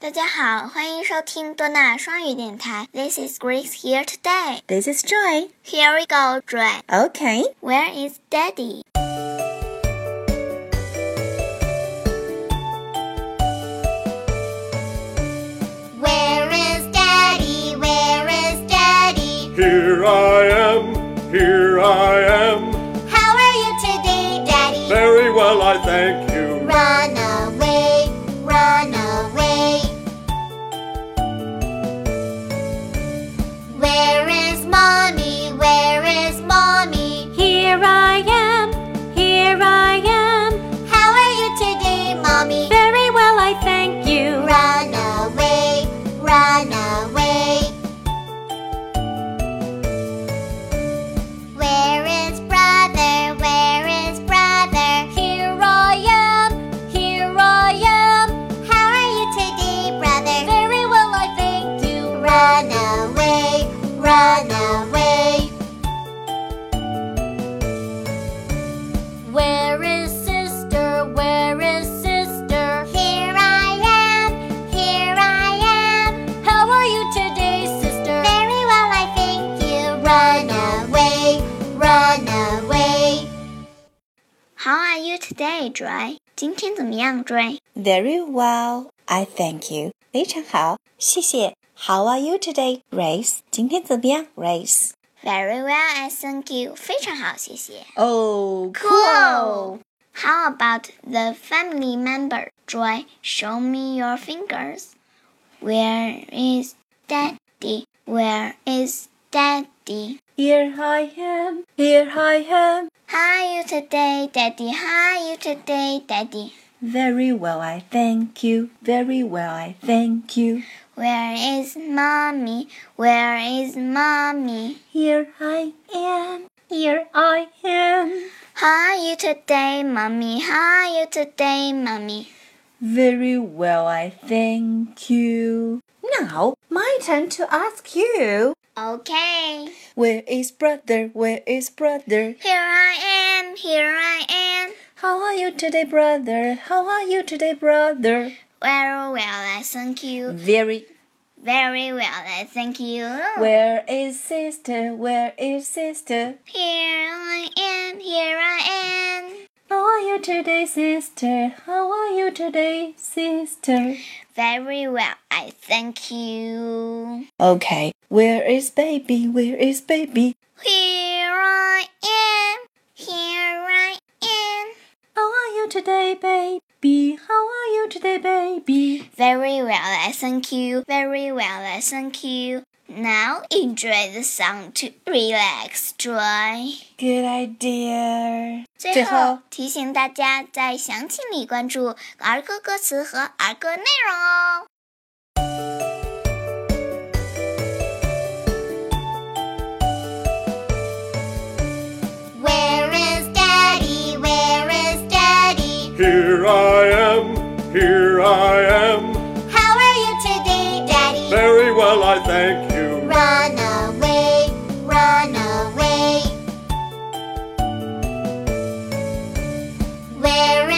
大家好，欢迎收听多纳双语电台。This is Grace here today. This is Joy. Here we go, Dre. Okay. Where is Daddy? Where is Daddy? Where is Daddy? Here I am, here I am, How are you today, Daddy? very well I thank you. Run away, run away. Where is Mommy? Where is Mommy? Here I am, here I am. How are you today, Mommy? Very well, I thank you. Run away, run away. Where is brother? Where is brother? Here I am, here I am. How are you today, brother? Very well, I thank you. Run away, run away. Where is sister? Where is sister? Here I am, here I am. How are you today, sister? Very well, I thank you. Run away, run away. How are you today, Dre? 今天怎么样，Dre？ Very well. I thank you. 非常好，谢谢。How are you today, Grace? 今天怎么样，Grace? Very well, I thank you. 非常好，谢谢。 Oh, Cool. How about the family member? Joy, show me your fingers. Where is daddy? Where is daddy? Here I am. Here I am. How are you today, daddy? How are you today, daddy? Very well. I thank you. Very well. I thank you. Where is mommy? Where is mommy? Here I am. Here I am. How are you today, mommy? How are you today, mommy? Very well. I thank you. Now, my turn to ask you. Okay. Where is brother? Where is brother? Here I am. Here I am. How are you today, brother? How are you today, brother? Very well, I thank you. Very. Very well, I thank you. Where is sister? Where is sister? Here I am, here I am. How are you today, sister? How are you today, sister? Very well, I thank you. Okay. Where is baby? Where is baby? Here I am, here I am. How are you today, baby? How are you today, baby? Very well, I thank you. Very well, I thank you. Now enjoy the song to relax, joy. Good idea. 最后提醒大家在详情里关注儿歌歌词和儿歌内容哦。 Where is Daddy? Where is Daddy? Here I am, here I am, How are you today, Daddy? very well I thank you. Run away, run away. Where